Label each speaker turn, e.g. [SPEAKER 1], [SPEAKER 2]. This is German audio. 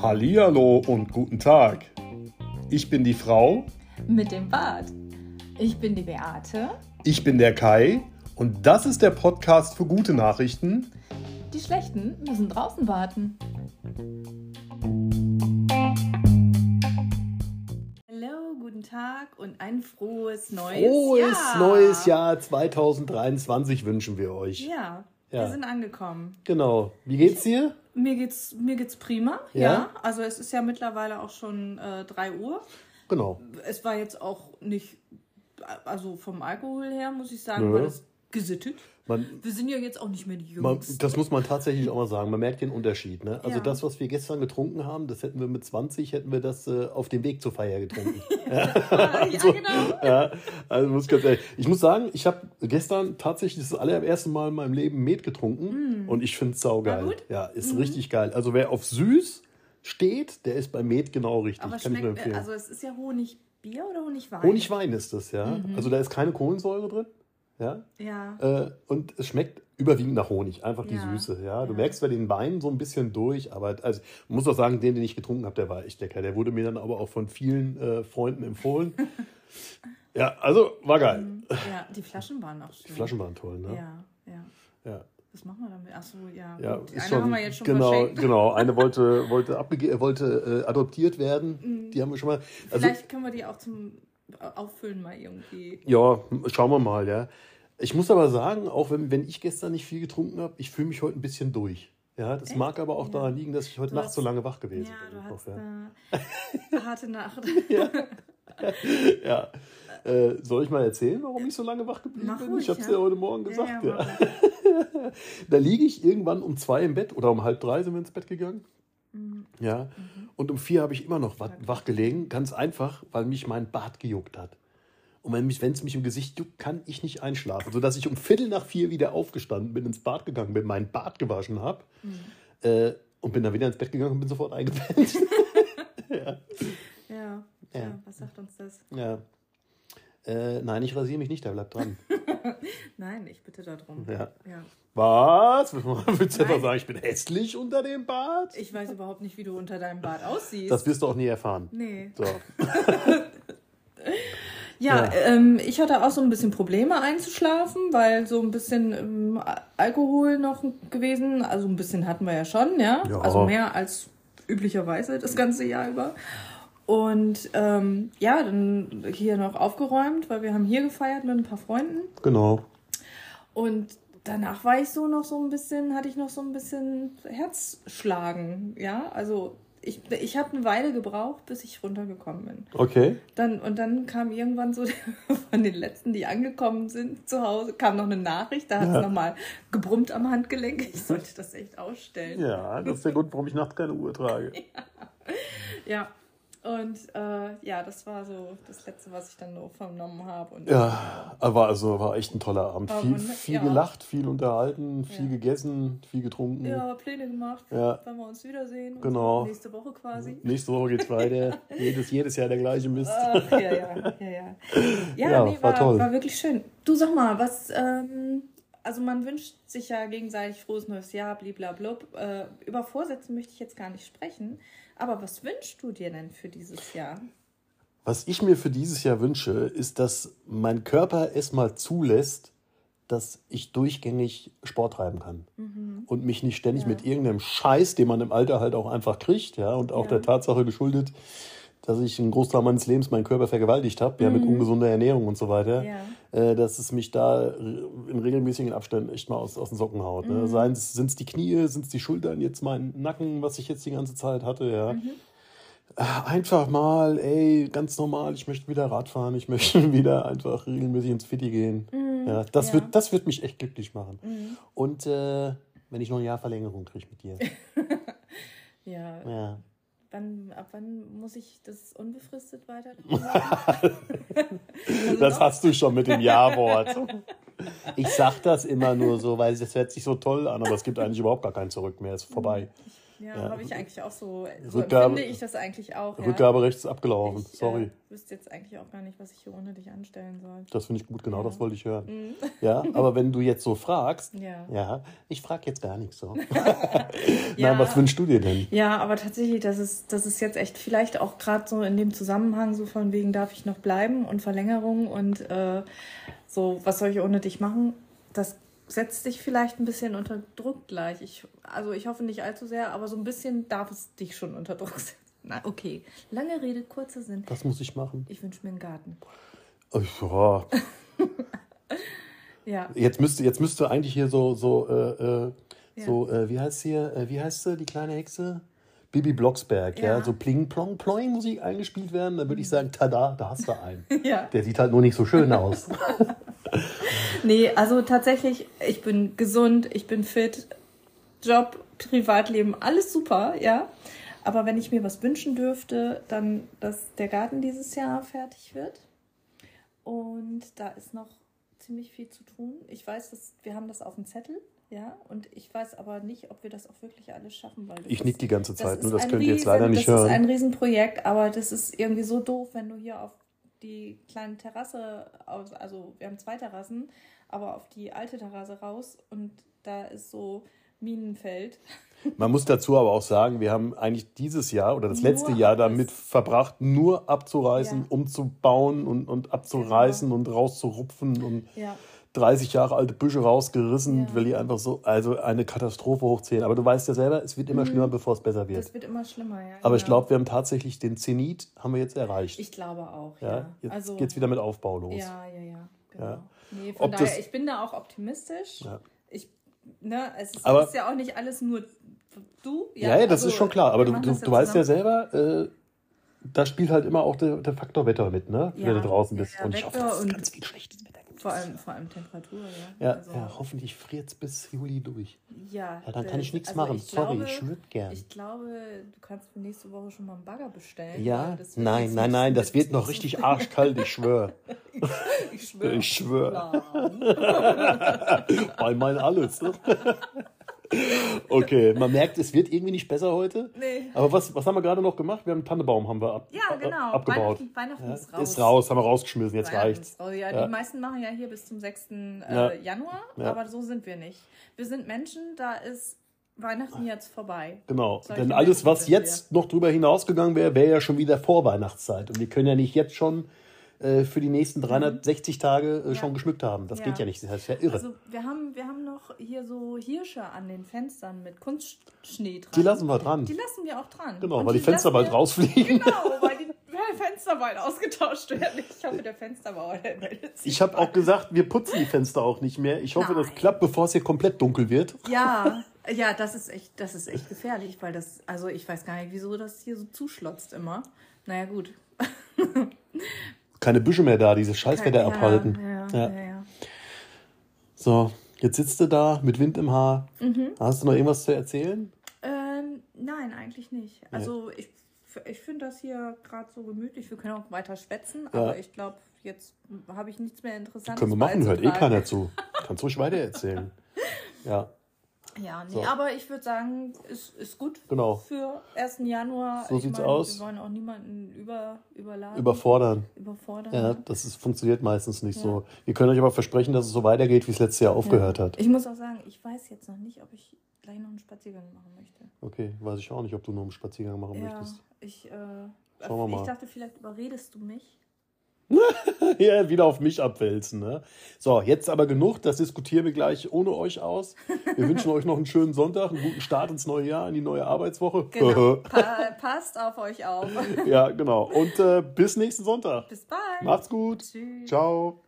[SPEAKER 1] Hallihallo und guten Tag. Ich bin die Frau,
[SPEAKER 2] mit dem Bart. Ich bin die Beate,
[SPEAKER 1] ich bin der Kai und das ist der Podcast für gute Nachrichten.
[SPEAKER 2] die Schlechten müssen draußen warten.
[SPEAKER 3] Hallo, guten Tag und ein frohes neues Jahr.
[SPEAKER 1] Frohes neues Jahr 2023 wünschen wir euch.
[SPEAKER 3] Ja,
[SPEAKER 1] Ja.
[SPEAKER 3] wir sind angekommen.
[SPEAKER 1] Genau. Wie geht's dir?
[SPEAKER 3] Mir geht's, mir geht's prima.
[SPEAKER 1] Ja?
[SPEAKER 3] Ja. Also es ist ja mittlerweile auch schon äh, 3 Uhr.
[SPEAKER 1] Genau.
[SPEAKER 3] Es war jetzt auch nicht, also vom Alkohol her muss ich sagen,
[SPEAKER 1] Nö.
[SPEAKER 3] war das gesittet.
[SPEAKER 1] Man,
[SPEAKER 3] Wir sind ja jetzt auch nicht mehr die
[SPEAKER 1] man,
[SPEAKER 3] Jungs.
[SPEAKER 1] das muss man tatsächlich auch mal sagen. Man merkt den Unterschied. Ne? Also
[SPEAKER 3] Ja.
[SPEAKER 1] das, was wir gestern getrunken haben, das hätten wir mit 20, hätten wir das äh, auf dem Weg zur Feier getrunken.
[SPEAKER 3] ja, genau.
[SPEAKER 1] ja, also muss ich ganz ehrlich. Ich muss sagen, ich habe gestern tatsächlich das allererste Mal in meinem Leben Met getrunken und ich finde es saugeil.
[SPEAKER 3] War Mm. gut? Mhm.
[SPEAKER 1] Ja, ist richtig geil. Also wer auf süß steht, der ist bei Met genau richtig.
[SPEAKER 3] Aber
[SPEAKER 1] Kann ich nur
[SPEAKER 3] schmeckt,
[SPEAKER 1] empfehlen.
[SPEAKER 3] also es ist ja Honigbier oder Honigwein?
[SPEAKER 1] Honigwein ist das, ja.
[SPEAKER 3] Mhm.
[SPEAKER 1] Also da ist keine Kohlensäure drin. Ja.
[SPEAKER 3] Ja.
[SPEAKER 1] Äh, und es schmeckt überwiegend nach Honig, einfach die
[SPEAKER 3] Ja,
[SPEAKER 1] Süße. Ja, du
[SPEAKER 3] ja.
[SPEAKER 1] merkst bei den Weinen so ein bisschen durch, aber also ich muss auch sagen, den, den ich getrunken habe, der war echt lecker. Der wurde mir dann aber auch von vielen äh, Freunden empfohlen. ja, also war geil.
[SPEAKER 3] ja, die Flaschen waren auch schön.
[SPEAKER 1] Die Flaschen waren toll, ne?
[SPEAKER 3] Mhm. Ja, ja.
[SPEAKER 1] Ja,
[SPEAKER 3] Was machen wir damit? Achso, ja.
[SPEAKER 1] ja,
[SPEAKER 3] gut.
[SPEAKER 1] ist
[SPEAKER 3] Eine
[SPEAKER 1] schon,
[SPEAKER 3] haben wir jetzt schon
[SPEAKER 1] genau,
[SPEAKER 3] verschenkt.
[SPEAKER 1] genau. Eine wollte wollte abgege äh, wollte äh, adoptiert
[SPEAKER 3] Mhm.
[SPEAKER 1] werden. Die haben wir schon mal. Also
[SPEAKER 3] Vielleicht können wir die auch zum äh, Auffüllen mal irgendwie.
[SPEAKER 1] ja, schauen wir mal, ja. Ich muss aber sagen, auch wenn, wenn ich gestern nicht viel getrunken habe, ich fühle mich heute ein bisschen durch. Ja, das mag aber auch
[SPEAKER 3] Ja.
[SPEAKER 1] daran liegen, dass ich heute
[SPEAKER 3] Du
[SPEAKER 1] Nacht
[SPEAKER 3] hast-
[SPEAKER 1] so lange wach gewesen
[SPEAKER 3] Ja,
[SPEAKER 1] bin.
[SPEAKER 3] du hast
[SPEAKER 1] Auch, ja.
[SPEAKER 3] eine harte Nacht.
[SPEAKER 1] Ja. Äh, soll ich mal erzählen, warum ich so lange wach geblieben
[SPEAKER 3] Mach
[SPEAKER 1] bin?
[SPEAKER 3] ruhig,
[SPEAKER 1] ich habe es
[SPEAKER 3] ja.
[SPEAKER 1] ja heute Morgen gesagt.
[SPEAKER 3] ja,
[SPEAKER 1] ja.
[SPEAKER 3] ja, ja.
[SPEAKER 1] Da liege ich irgendwann um zwei im Bett oder um halb drei sind wir ins Bett gegangen.
[SPEAKER 3] Mhm.
[SPEAKER 1] Ja. Und um vier habe ich immer noch wa- wach gelegen. Ganz einfach, weil mich mein Bart gejuckt hat. Und wenn es mich im Gesicht juckt, kann ich nicht einschlafen. Sodass ich um Viertel nach vier wieder aufgestanden bin, ins Bad gegangen bin, meinen Bart gewaschen habe.
[SPEAKER 3] Mhm.
[SPEAKER 1] Äh, und bin dann wieder ins Bett gegangen und bin sofort eingepennt.
[SPEAKER 3] Ja.
[SPEAKER 1] Ja.
[SPEAKER 3] ja, was sagt uns das?
[SPEAKER 1] ja. Äh, nein, ich rasiere mich nicht, da bleibt dran.
[SPEAKER 3] Nein, ich bitte darum.
[SPEAKER 1] Ja.
[SPEAKER 3] Ja.
[SPEAKER 1] Was? Willst du etwa
[SPEAKER 3] Nein.
[SPEAKER 1] sagen, ich bin hässlich unter dem Bart?
[SPEAKER 3] Ich weiß überhaupt nicht, wie du unter deinem Bart aussiehst.
[SPEAKER 1] Das wirst du auch nie erfahren.
[SPEAKER 3] nee.
[SPEAKER 1] So.
[SPEAKER 3] Ja,
[SPEAKER 1] Ja.
[SPEAKER 3] Ähm, ich hatte auch so ein bisschen Probleme einzuschlafen, weil so ein bisschen ähm, Alkohol noch gewesen, also ein bisschen hatten wir ja schon, ja.
[SPEAKER 1] Ja.
[SPEAKER 3] Also mehr als üblicherweise das ganze Jahr über. Und ähm, ja, dann hier noch aufgeräumt, weil wir haben hier gefeiert mit ein paar Freunden.
[SPEAKER 1] Genau.
[SPEAKER 3] Und danach war ich so noch so ein bisschen, hatte ich noch so ein bisschen Herzschlagen, ja. Also ich, ich habe eine Weile gebraucht, bis ich runtergekommen bin.
[SPEAKER 1] Okay.
[SPEAKER 3] Dann, und dann kam irgendwann so von den letzten, die angekommen sind zu Hause, kam noch eine Nachricht, da hat es
[SPEAKER 1] Ja.
[SPEAKER 3] nochmal gebrummt am Handgelenk. Ich sollte das echt ausstellen. Ja,
[SPEAKER 1] Ja, das ist der Grund, warum ich nachts keine Uhr trage.
[SPEAKER 3] und äh, ja, das war so das Letzte, was ich dann nur vernommen habe. Und
[SPEAKER 1] Ja, aber also war echt ein toller Abend.
[SPEAKER 3] War
[SPEAKER 1] viel
[SPEAKER 3] wunder-
[SPEAKER 1] viel
[SPEAKER 3] ja.
[SPEAKER 1] gelacht, viel unterhalten, viel
[SPEAKER 3] Ja.
[SPEAKER 1] gegessen, viel getrunken.
[SPEAKER 3] ja, Pläne gemacht,
[SPEAKER 1] Ja.
[SPEAKER 3] wenn wir uns wiedersehen. und
[SPEAKER 1] Genau. Mhm.
[SPEAKER 3] so, Nächste Woche quasi.
[SPEAKER 1] Nächste Woche geht's weiter. jedes, jedes Jahr der gleiche Mist.
[SPEAKER 3] Ach, ja, ja, ja, ja. Ja,
[SPEAKER 1] Ja,
[SPEAKER 3] nee,
[SPEAKER 1] war
[SPEAKER 3] war,
[SPEAKER 1] toll.
[SPEAKER 3] war, wirklich schön. Du sag mal, was, ähm, also man wünscht sich ja gegenseitig frohes neues Jahr, bliblablub. Äh, über Vorsätze möchte ich jetzt gar nicht sprechen. Aber was wünschst du dir denn für dieses Jahr?
[SPEAKER 1] Was ich mir für dieses Jahr wünsche, ist, dass mein Körper es mal zulässt, dass ich durchgängig Sport treiben kann. Und mich nicht ständig
[SPEAKER 3] Mhm. Ja.
[SPEAKER 1] mit irgendeinem Scheiß, den man im Alter halt auch einfach kriegt, ja, und auch
[SPEAKER 3] Ja.
[SPEAKER 1] der Tatsache geschuldet, dass ich einen Großteil meines Lebens meinen Körper vergewaltigt habe, ja, mit
[SPEAKER 3] Mhm.
[SPEAKER 1] ungesunder Ernährung und so weiter.
[SPEAKER 3] Ja.
[SPEAKER 1] äh, dass es mich da in regelmäßigen Abständen echt mal aus, aus den Socken haut.
[SPEAKER 3] Mhm.
[SPEAKER 1] Ne? Seien es sind's die Knie, sind es die Schultern, jetzt mein Nacken, was ich jetzt die ganze Zeit hatte, ja.
[SPEAKER 3] Mhm.
[SPEAKER 1] Ah, Einfach mal, ey, ganz normal, ich möchte wieder Radfahren, ich möchte wieder einfach regelmäßig ins Fitti gehen. Ja, das,
[SPEAKER 3] Mhm, ja. Mhm.
[SPEAKER 1] Wird, das wird mich echt glücklich machen. Und äh, wenn ich noch ein Jahr Verlängerung kriege mit dir.
[SPEAKER 3] Ja,
[SPEAKER 1] ja.
[SPEAKER 3] Wann, ab wann muss ich das unbefristet weiterlaufen? lassen? also
[SPEAKER 1] Das
[SPEAKER 3] doch,
[SPEAKER 1] hast du schon mit dem Ja-Wort.
[SPEAKER 3] Mhm.
[SPEAKER 1] Ich sag das immer nur so, weil das hört sich so toll an, aber es gibt eigentlich überhaupt gar kein Zurück mehr. Es ist vorbei.
[SPEAKER 3] Ja,
[SPEAKER 1] Ja.
[SPEAKER 3] habe ich eigentlich auch so. So
[SPEAKER 1] Rückgabe-
[SPEAKER 3] empfinde ich das eigentlich auch.
[SPEAKER 1] Rückgaberecht ist
[SPEAKER 3] ja.
[SPEAKER 1] abgelaufen.
[SPEAKER 3] Ich,
[SPEAKER 1] Sorry.
[SPEAKER 3] Äh, wüsste jetzt eigentlich auch gar nicht, was ich hier ohne dich anstellen soll.
[SPEAKER 1] Das finde ich gut, genau
[SPEAKER 3] Ja.
[SPEAKER 1] das wollte ich hören.
[SPEAKER 3] Mhm.
[SPEAKER 1] Ja, aber wenn du jetzt so fragst,
[SPEAKER 3] Ja.
[SPEAKER 1] ja, ich frage jetzt gar nichts so. Nein,
[SPEAKER 3] Ja.
[SPEAKER 1] was wünschst du dir denn?
[SPEAKER 3] Ja, aber tatsächlich, das ist, das ist jetzt echt vielleicht auch gerade so in dem Zusammenhang so von wegen darf ich noch bleiben und Verlängerung und äh, so, was soll ich ohne dich machen? Das setzt dich vielleicht ein bisschen unter Druck gleich. Ich, also ich hoffe nicht allzu sehr, aber so ein bisschen darf es dich schon unter Druck setzen. Na, okay. Lange Rede, kurzer Sinn.
[SPEAKER 1] Was muss ich machen?
[SPEAKER 3] Ich wünsche mir einen Garten.
[SPEAKER 1] Oh, ja.
[SPEAKER 3] Ja.
[SPEAKER 1] Jetzt müsste, jetzt müsste eigentlich hier so, so, äh, äh,
[SPEAKER 3] Ja.
[SPEAKER 1] so äh, wie heißt hier, äh, wie heißt sie, die kleine Hexe? Bibi Blocksberg, ja,
[SPEAKER 3] Ja.
[SPEAKER 1] so Pling Plong Ploing Musik eingespielt werden, dann würde ich sagen, tada, da hast du einen.
[SPEAKER 3] Ja.
[SPEAKER 1] Der sieht halt nur nicht so schön aus.
[SPEAKER 3] Nee, also tatsächlich, ich bin gesund, ich bin fit, Job, Privatleben, alles super, ja. Aber wenn ich mir was wünschen dürfte, dann, dass der Garten dieses Jahr fertig wird. Und da ist noch ziemlich viel zu tun. Ich weiß, dass wir haben das auf dem Zettel, ja. Und ich weiß aber nicht, ob wir das auch wirklich alles schaffen, weil das
[SPEAKER 1] Ich
[SPEAKER 3] ist-
[SPEAKER 1] nick die ganze
[SPEAKER 3] das
[SPEAKER 1] Zeit,
[SPEAKER 3] ist
[SPEAKER 1] nur das
[SPEAKER 3] ein
[SPEAKER 1] könnt ihr jetzt
[SPEAKER 3] Riesen-
[SPEAKER 1] leider nicht
[SPEAKER 3] Das ist ein
[SPEAKER 1] hören.
[SPEAKER 3] Riesenprojekt, aber das ist irgendwie so doof, wenn du hier auf die kleine Terrasse, aus, also wir haben zwei Terrassen, aber auf die alte Terrasse raus und da ist so Minenfeld.
[SPEAKER 1] Man muss dazu aber auch sagen, wir haben eigentlich dieses Jahr oder das
[SPEAKER 3] Nur
[SPEAKER 1] letzte Jahr damit
[SPEAKER 3] alles.
[SPEAKER 1] verbracht, nur abzureißen,
[SPEAKER 3] Ja. Genau.
[SPEAKER 1] umzubauen und, und abzureißen und rauszurupfen und
[SPEAKER 3] Ja,
[SPEAKER 1] 30 Jahre alte Büsche rausgerissen,
[SPEAKER 3] Ja.
[SPEAKER 1] weil die einfach so, also eine Katastrophe hochzählen. Aber du weißt ja selber, es wird immer
[SPEAKER 3] Mhm.
[SPEAKER 1] schlimmer, bevor es besser wird.
[SPEAKER 3] das wird immer schlimmer, ja.
[SPEAKER 1] Aber ich
[SPEAKER 3] genau.
[SPEAKER 1] glaube, wir haben tatsächlich den Zenit, haben wir jetzt erreicht.
[SPEAKER 3] Ich glaube auch,
[SPEAKER 1] ja,
[SPEAKER 3] ja.
[SPEAKER 1] jetzt
[SPEAKER 3] also,
[SPEAKER 1] geht's wieder mit Aufbau los.
[SPEAKER 3] Ja, ja, ja. Genau.
[SPEAKER 1] Ja.
[SPEAKER 3] Nee, von
[SPEAKER 1] Ob das-
[SPEAKER 3] daher, ich bin da auch optimistisch.
[SPEAKER 1] Ja.
[SPEAKER 3] Ich, ne, es ist,
[SPEAKER 1] Aber-
[SPEAKER 3] ist ja auch nicht alles nur du.
[SPEAKER 1] Ja, ja, das
[SPEAKER 3] also,
[SPEAKER 1] ist schon klar. Aber
[SPEAKER 3] wir
[SPEAKER 1] du,
[SPEAKER 3] machen
[SPEAKER 1] du,
[SPEAKER 3] das
[SPEAKER 1] du weißt ja
[SPEAKER 3] zusammen.
[SPEAKER 1] selber, äh, da spielt halt immer auch der, der Faktor Wetter mit, ne? Wenn du draußen bist.
[SPEAKER 3] Ja,
[SPEAKER 1] und ich hoffe,
[SPEAKER 3] Vektor
[SPEAKER 1] dass es
[SPEAKER 3] und
[SPEAKER 1] ganz viel schlechtes Wetter gibt.
[SPEAKER 3] Vor allem, vor allem Temperatur, ja.
[SPEAKER 1] Ja,
[SPEAKER 3] Also,
[SPEAKER 1] ja, hoffentlich friert es bis Juli durch.
[SPEAKER 3] ja,
[SPEAKER 1] Ja, dann
[SPEAKER 3] das-
[SPEAKER 1] kann ich nichts
[SPEAKER 3] also
[SPEAKER 1] machen. Sorry,
[SPEAKER 3] glaube-
[SPEAKER 1] ich würde gern.
[SPEAKER 3] Ich glaube, du kannst für nächste Woche schon mal einen Bagger bestellen.
[SPEAKER 1] ja,
[SPEAKER 3] weil das wird
[SPEAKER 1] nein,
[SPEAKER 3] jetzt
[SPEAKER 1] nein,
[SPEAKER 3] nicht-
[SPEAKER 1] nein, das wird noch richtig arschkalt, ich schwöre.
[SPEAKER 3] Ich schwöre.
[SPEAKER 1] Ich schwöre.
[SPEAKER 3] Nein.
[SPEAKER 1] Bei mein alles. Ne? Okay, man merkt, es wird irgendwie nicht besser heute.
[SPEAKER 3] Nee.
[SPEAKER 1] Aber was, was haben wir gerade noch gemacht? Wir haben einen Tannebaum haben wir ab,
[SPEAKER 3] Ja, genau.
[SPEAKER 1] abgebaut.
[SPEAKER 3] Weihnachten, Weihnachten
[SPEAKER 1] Ja,
[SPEAKER 3] ist raus.
[SPEAKER 1] Ist raus, haben wir rausgeschmissen, jetzt
[SPEAKER 3] Weihnachten
[SPEAKER 1] reicht's.
[SPEAKER 3] ist raus. Ja,
[SPEAKER 1] Ja.
[SPEAKER 3] Die meisten machen ja hier bis zum 6. äh,
[SPEAKER 1] Ja.
[SPEAKER 3] Januar,
[SPEAKER 1] Ja.
[SPEAKER 3] aber so sind wir nicht. Wir sind Menschen, da ist Weihnachten jetzt vorbei.
[SPEAKER 1] Genau,
[SPEAKER 3] Solche
[SPEAKER 1] denn alles,
[SPEAKER 3] Menschen
[SPEAKER 1] was
[SPEAKER 3] sind wir.
[SPEAKER 1] jetzt noch drüber hinausgegangen wäre, wäre ja schon wieder Vorweihnachtszeit. Und wir können ja nicht jetzt schon äh, für die nächsten 360 Tage äh,
[SPEAKER 3] Mhm. Ja.
[SPEAKER 1] schon geschmückt haben. Das
[SPEAKER 3] Ja.
[SPEAKER 1] geht ja nicht, das ist ja irre.
[SPEAKER 3] Also wir haben, wir haben noch hier so Hirsche an den Fenstern mit Kunstschnee dran.
[SPEAKER 1] die lassen wir dran.
[SPEAKER 3] Die lassen wir auch dran.
[SPEAKER 1] genau,
[SPEAKER 3] Und
[SPEAKER 1] weil die Fenster
[SPEAKER 3] lassen
[SPEAKER 1] bald
[SPEAKER 3] wir-
[SPEAKER 1] rausfliegen.
[SPEAKER 3] Genau, weil die weil Fenster bald ausgetauscht werden. Ich hoffe, der Fensterbauer der meldet sich.
[SPEAKER 1] Ich habe auch gesagt, wir putzen die Fenster auch nicht mehr. Ich hoffe, das
[SPEAKER 3] Nein.
[SPEAKER 1] klappt, bevor es hier komplett dunkel wird.
[SPEAKER 3] Ja, ja, das ist echt, das ist echt gefährlich, weil das, also ich weiß gar nicht, wieso das hier so zuschlotzt immer. Naja, gut.
[SPEAKER 1] Keine Büsche mehr da, dieses Scheißwetter
[SPEAKER 3] ja,
[SPEAKER 1] abhalten.
[SPEAKER 3] Ja,
[SPEAKER 1] Ja.
[SPEAKER 3] ja, ja. ja.
[SPEAKER 1] So, jetzt sitzt du da mit Wind im Haar.
[SPEAKER 3] Mhm.
[SPEAKER 1] Hast du noch irgendwas zu erzählen?
[SPEAKER 3] Ähm, nein, eigentlich nicht. Also ich, ich finde das hier gerade so gemütlich. Wir können auch weiter schwätzen, aber ich glaube, jetzt habe ich nichts mehr Interessantes.
[SPEAKER 1] Können wir machen, hört eh
[SPEAKER 3] beizutragen.
[SPEAKER 1] keiner zu. Kannst ruhig weiter erzählen. Ja,
[SPEAKER 3] Ja, nee,
[SPEAKER 1] So.
[SPEAKER 3] aber ich würde sagen, es ist gut
[SPEAKER 1] Genau.
[SPEAKER 3] für 1. Januar.
[SPEAKER 1] So
[SPEAKER 3] ich
[SPEAKER 1] sieht's aus.
[SPEAKER 3] Wir wollen auch niemanden über, überladen,
[SPEAKER 1] überfordern.
[SPEAKER 3] überfordern.
[SPEAKER 1] Ja, das ist, funktioniert meistens nicht so. Wir können euch aber versprechen, dass es so weitergeht, wie es letztes Jahr aufgehört hat.
[SPEAKER 3] Ich muss auch sagen, ich weiß jetzt noch nicht, ob ich gleich noch einen Spaziergang machen möchte.
[SPEAKER 1] Okay, weiß ich auch nicht, ob du nur einen Spaziergang machen
[SPEAKER 3] ja,
[SPEAKER 1] möchtest.
[SPEAKER 3] ich, äh,
[SPEAKER 1] wir mal.
[SPEAKER 3] ich dachte, vielleicht überredest du mich.
[SPEAKER 1] Ja, wieder auf mich abwälzen. Ne? So, jetzt aber genug. Das diskutieren wir gleich ohne euch aus. Wir wünschen euch noch einen schönen Sonntag, einen guten Start ins neue Jahr, in die neue Arbeitswoche.
[SPEAKER 3] Genau. pa passt auf euch auf.
[SPEAKER 1] ja, genau. Und äh, bis nächsten Sonntag.
[SPEAKER 3] Bis bald.
[SPEAKER 1] Macht's gut.
[SPEAKER 3] Tschüss.
[SPEAKER 1] Ciao.